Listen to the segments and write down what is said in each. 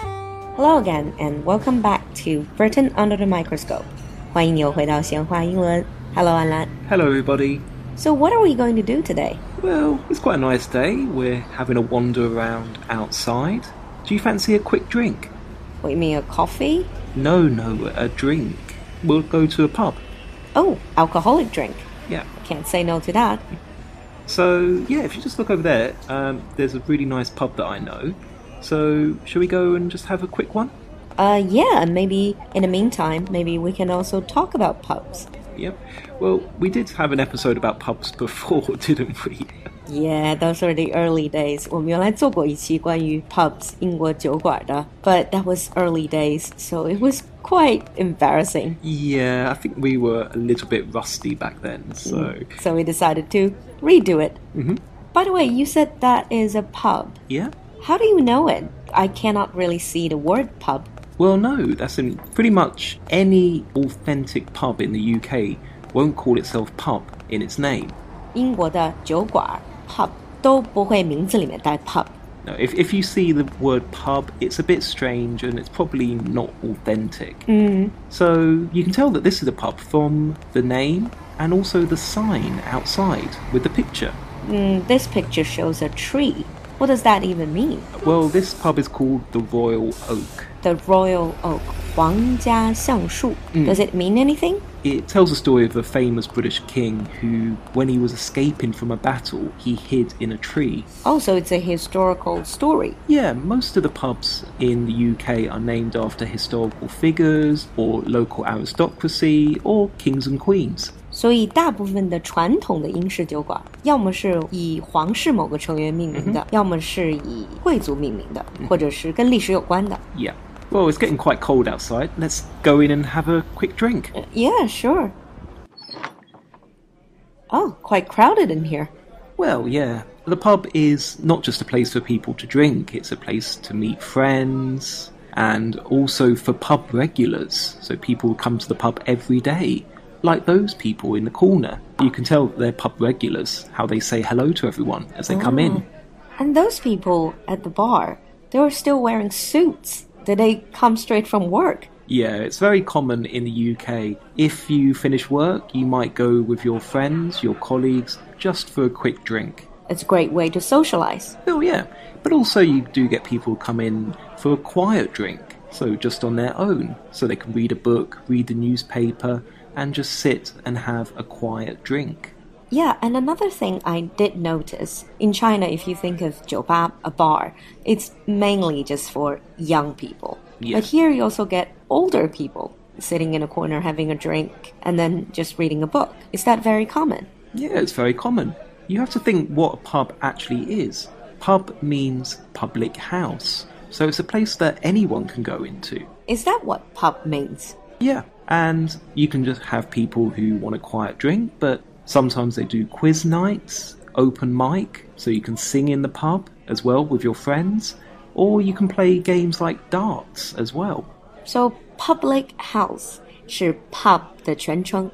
Hello again, and welcome back to Britain under the microscope. 欢迎你又回到闲话英文。Hello, 安澜。 Hello, everybody. So, what are we going to do today? Well, it's quite a nice day. We're having a wander around outside. Do you fancy a quick drink? What, you mean a coffee? No, no, a drink. We'll go to a pub. Oh, alcoholic drink. Yeah. Can't say no to that. So, yeah, if you just look over there, um, there's a really nice pub that I know. So, shall we go and just have a quick one? Uh, yeah, and maybe in the meantime, maybe we can also talk about pubs. Yep. Well, we did have an episode about pubs before, didn't we? Yeah, those were the early days. 我们原来做过一期关于 pubs 英国酒馆的，but that was early days, so it was quite embarrassing. Yeah, I think we were a little bit rusty back then, so. So we decided to redo it. By the way, you said that is a pub. Yeah? How do you know it? I cannot really see the word pub. Well, no, that's in pretty much any authentic pub in the UK won't call itself pub in its name. 英国的酒馆 pub 都不会名字里面带 pub。 Now, if, if you see the word pub, it's a bit strange and it's probably not authentic. So you can tell that this is a pub from the name and also the sign outside with the picture. This picture shows a tree. What does that even mean? Well, this pub is called the Royal Oak. The royal oak 皇家橡树 Does it mean anything? It tells the story of a famous British king who, when he was escaping from a battle, he hid in a tree Also, it's a historical story. Yeah, most of the pubs in the UK are named after historical figures or local aristocracy or kings and queens. 所以大部分的传统的英式酒馆，要么是以皇室某个成员命名的，要么是以贵族命名的，或者是跟历史有关的。 Yeah. Well, it's getting quite cold outside. Let's go in and have a quick drink. Yeah, sure. Oh, quite crowded in here. Well, yeah. The pub is not just a place for people to drink, it's a place to meet friends and also for pub regulars. So people come to the pub every day, like those people in the corner. You can tell they're pub regulars, how they say hello to everyone as they come in. And those people at the bar, they were still wearing suits. Did they come straight from work? Yeah, it's very common in the UK. If you finish work, you might go with your friends, your colleagues, just for a quick drink. It's a great way to socialize. Oh, yeah. But also, you do get people come in for a quiet drink, so just on their own, so they can read a book, read the newspaper, and just sit and have a quiet drink. Yeah, and another thing I did notice in China, if you think of 酒吧, a bar, it's mainly just for young people. Yeah. But here you also get older people sitting in a corner having a drink and then just reading a book. Is that very common? Yeah, it's very common. You have to think what a pub actually is. Pub means public house, so it's a place that anyone can go into. Is that what pub means? Yeah, and you can just have people who want a quiet drink, but sometimes they do quiz nights, open mic, so you can sing in the pub as well with your friends, or you can play games like darts as well. So public house 是 pub 的全称。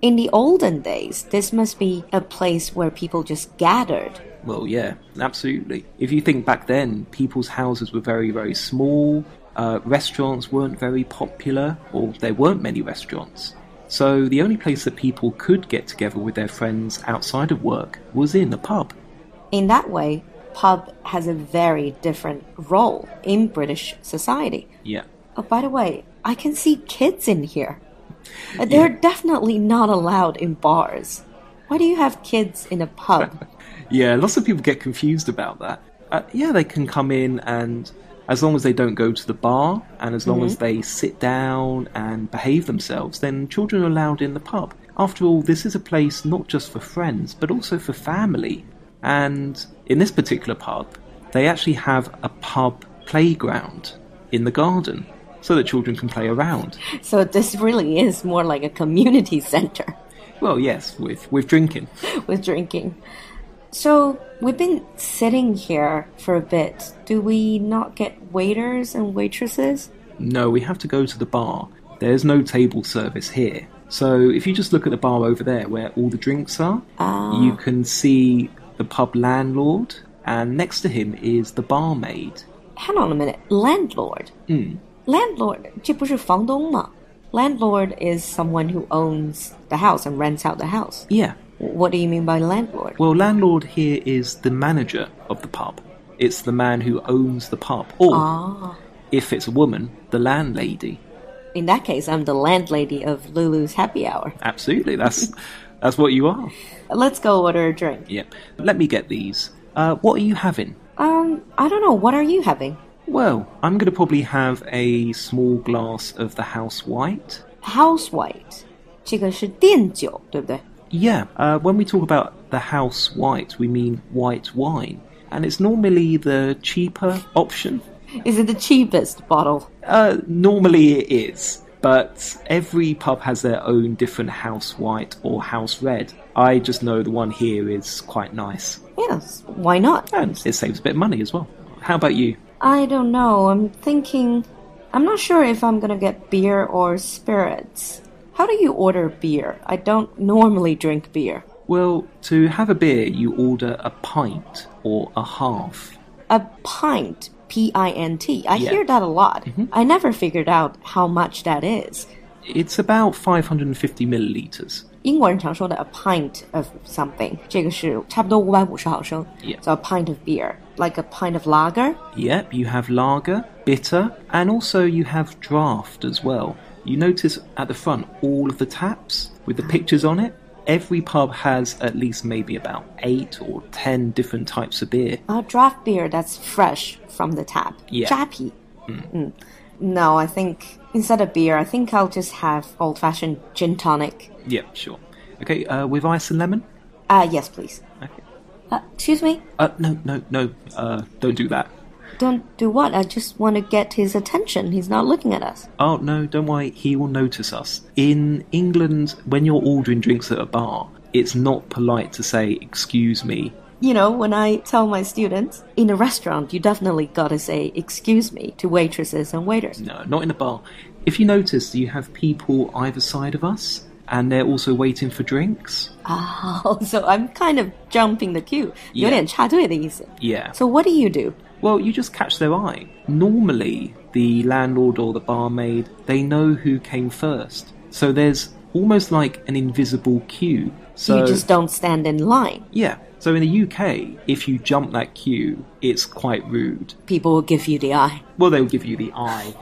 In the olden days, this must be a place where people just gathered. Well, yeah, absolutely. If you think back then, people's houses were very, very small, uh, restaurants weren't very popular, or there weren't many restaurants. So the only place that people could get together with their friends outside of work was in a pub. In that way, pub has a very different role in British society. Yeah. Oh, by the way, I can see kids in here. Uh, They're definitely not allowed in bars. Why do you have kids in a pub? Yeah, lots of people get confused about that. Uh, yeah, they can come in and as long as they don't go to the bar and as long as they sit down and behave themselves, then children are allowed in the pub. After all, this is a place not just for friends, but also for family. And in this particular pub, they actually have a pub playground in the garden so that children can play around. so this really is more like a community center. Well, yes, with, with drinking. with drinking. So we've been sitting here for a bit. Do we not get waiters and waitresses? No, we have to go to the bar. There's no table service here. So if you just look at the bar over there where all the drinks are, you can see the pub landlord, and next to him is the barmaid. hang on a minute, landlord. Landlord, 这不是房东吗? Landlord is someone who owns the house and rents out the house. Yeah. What do you mean by landlord? Well, landlord here is the manager of the pub. It's the man who owns the pub. Or, Ah, if it's a woman, the landlady. in that case, I'm the landlady of Lulu's happy hour. Absolutely, that's that's what you are. Let's go order a drink. Yep. Let me get these. Uh, what are you having? Um, I don't know. What are you having? Well, I'm going to probably have a small glass of the house white. House white. 这个是电酒，对不对？ Yeah, uh, when we talk about the house white, we mean white wine, and it's normally the cheaper option. Is it the cheapest bottle? Uh, normally it is, but every pub has their own different house white or house red. I just know the one here is quite nice, Yes, why not? and it saves a bit of money as well. How about you? I don't know. I'm thinking. I'm not sure if I'm gonna get beer or spirits. How do you order beer? I don't normally drink beer. Well, to have a beer, you order a pint or a half. A pint, P I N T. I Yeah. Mm-hmm. hear that a lot. I never figured out how much that is. It's about 550 milliliters. 英国人常说的 a pint of something，这个是差不多五百五十毫升。 Yeah. So a pint of beer, like a pint of lager. Yep, you have lager, bitter, and also you have draft as well. You notice at the front all of the taps with the pictures on it. Every pub has at least maybe about eight or ten different types of beer. A draft beer that's fresh from the tap. Yeah. Hmm. Jappy. Mm. No, I think instead of beer, I think I'll just have old fashioned gin tonic. Yep, sure. Okay, uh, with ice and lemon? Uh, yes, please. Okay. Uh, excuse me? Uh, no, no, no, uh, don't do that. Don't do what? I just want to get his attention. He's not looking at us. Oh, no, don't worry, he will notice us. In England, when you're ordering drinks at a bar, it's not polite to say, excuse me. You know, when I tell my students in a restaurant, you definitely gotta say, excuse me, to waitresses and waiters. No, not in a bar. If you notice, you have people either side of us, and they're also waiting for drinks. Oh, so I'm kind of jumping the queue. Yeah. 有点插队的意思。 Yeah. So what do you do? Well, you just catch their eye. Normally, the landlord or the barmaid, they know who came first. So there's almost like an invisible queue. So you just don't stand in line. yeah. So in the UK, if you jump that queue, it's quite rude. People will give you the eye. Well, they'll give you the eye.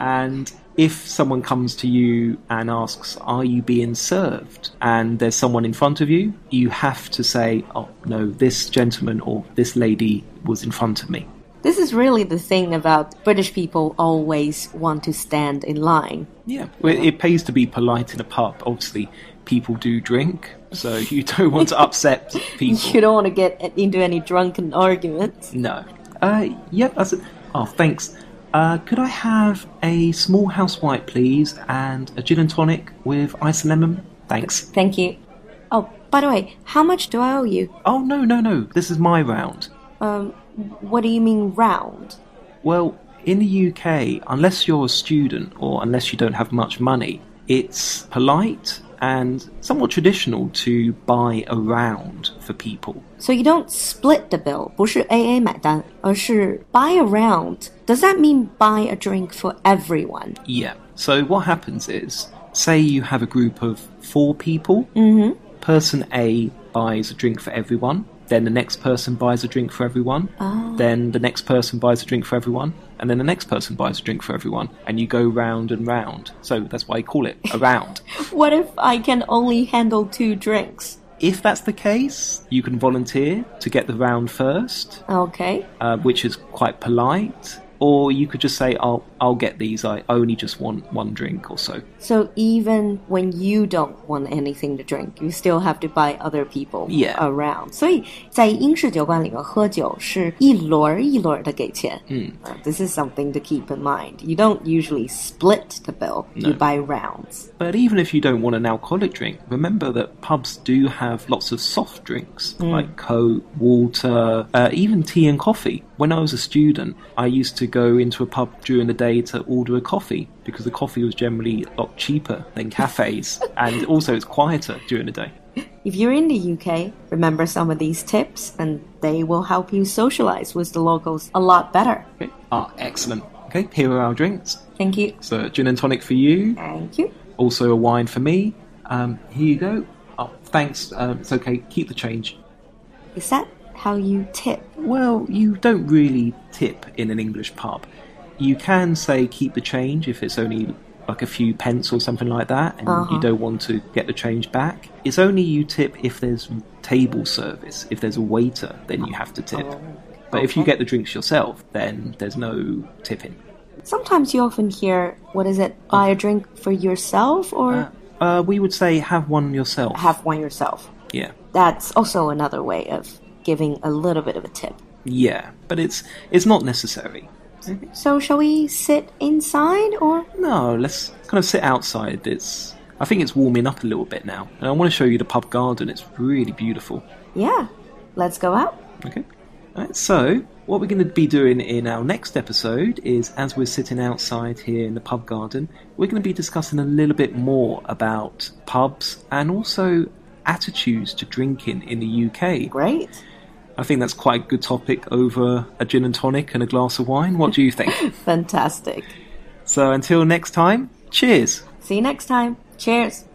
and if someone comes to you and asks, Are you being served? and there's someone in front of you, you have to say, Oh, no, this gentleman or this lady was in front of me. This is really the thing about British people always want to stand in line. Yeah. Well, it pays to be polite in a pub. Obviously, people do drink, so you don't want to upset people. You don't want to get into any drunken arguments. No. Uh, yep, that's it. Oh, thanks. Uh, could I have a small house white, please, and a gin and tonic with ice and lemon? Thanks. Thank you. Oh, by the way, how much do I owe you? Oh, no, no, no. This is my round. Um, what do you mean round? Well, in the UK, unless you're a student or unless you don't have much money, it's polite and somewhat traditional to buy a round for people. So you don't split the bill, 不是 AA 买单，而是 buy a round. Does that mean buy a drink for everyone? Yeah. So what happens is, say you have a group of four people. Person A buys a drink for everyone. Then the next person buys a drink for everyone. Then the next person buys a drink for everyone. And then the next person buys a drink for everyone. And you go round and round. So that's why I call it a round. What if I can only handle two drinks? if that's the case, you can volunteer to get the round first, Okay. uh, which is quite polite. Or you could just say, I'll, I'll get these. I only just want one drink or so. So even when you don't want anything to drink, you still have to buy other people Yeah. around. 所以在英式酒馆里面喝酒是一轮儿一轮儿的给钱。Uh, this is something to keep in mind. You don't usually split the bill. You buy rounds. But even if you don't want an alcoholic drink, remember that pubs do have lots of soft drinks like Coke, water, uh, even tea and coffee. When I was a student, I used to go into a pub during the day to order a coffee because the coffee was generally a lot cheaper than cafes, and also it's quieter during the day. If you're in the UK, remember some of these tips and they will help you socialize with the locals a lot better. Okay. Ah, excellent. Okay, here are our drinks. Thank you. So, gin and tonic for you, Thank you. also a wine for me. Um, here you go. Oh, thanks. Um, it's okay. Keep the change. Is that how you tip? Well, you don't really tip in an English pub. You can say keep the change if it's only like a few pence or something like that, and you don't want to get the change back. It's only you tip if there's table service. If there's a waiter, then you have to tip. But if you get the drinks yourself, then there's no tipping. Sometimes you often hear, what is it, buy a drink for yourself or Uh, we would say have one yourself. have one yourself? yeah. That's also another way of giving a little bit of a tip. Yeah, but it's it's not necessary. So, shall we sit inside or? No, let's kind of sit outside. It's I think it's warming up a little bit now, and I want to show you the pub garden. It's really beautiful. Yeah, let's go out. Okay. All right, so what we're going to be doing in our next episode is, as we're sitting outside here in the pub garden, we're going to be discussing a little bit more about pubs and also attitudes to drinking in the UK. Great. I think that's quite a good topic over a gin and tonic and a glass of wine. What do you think? Fantastic. So until next time, cheers. See you next time. Cheers.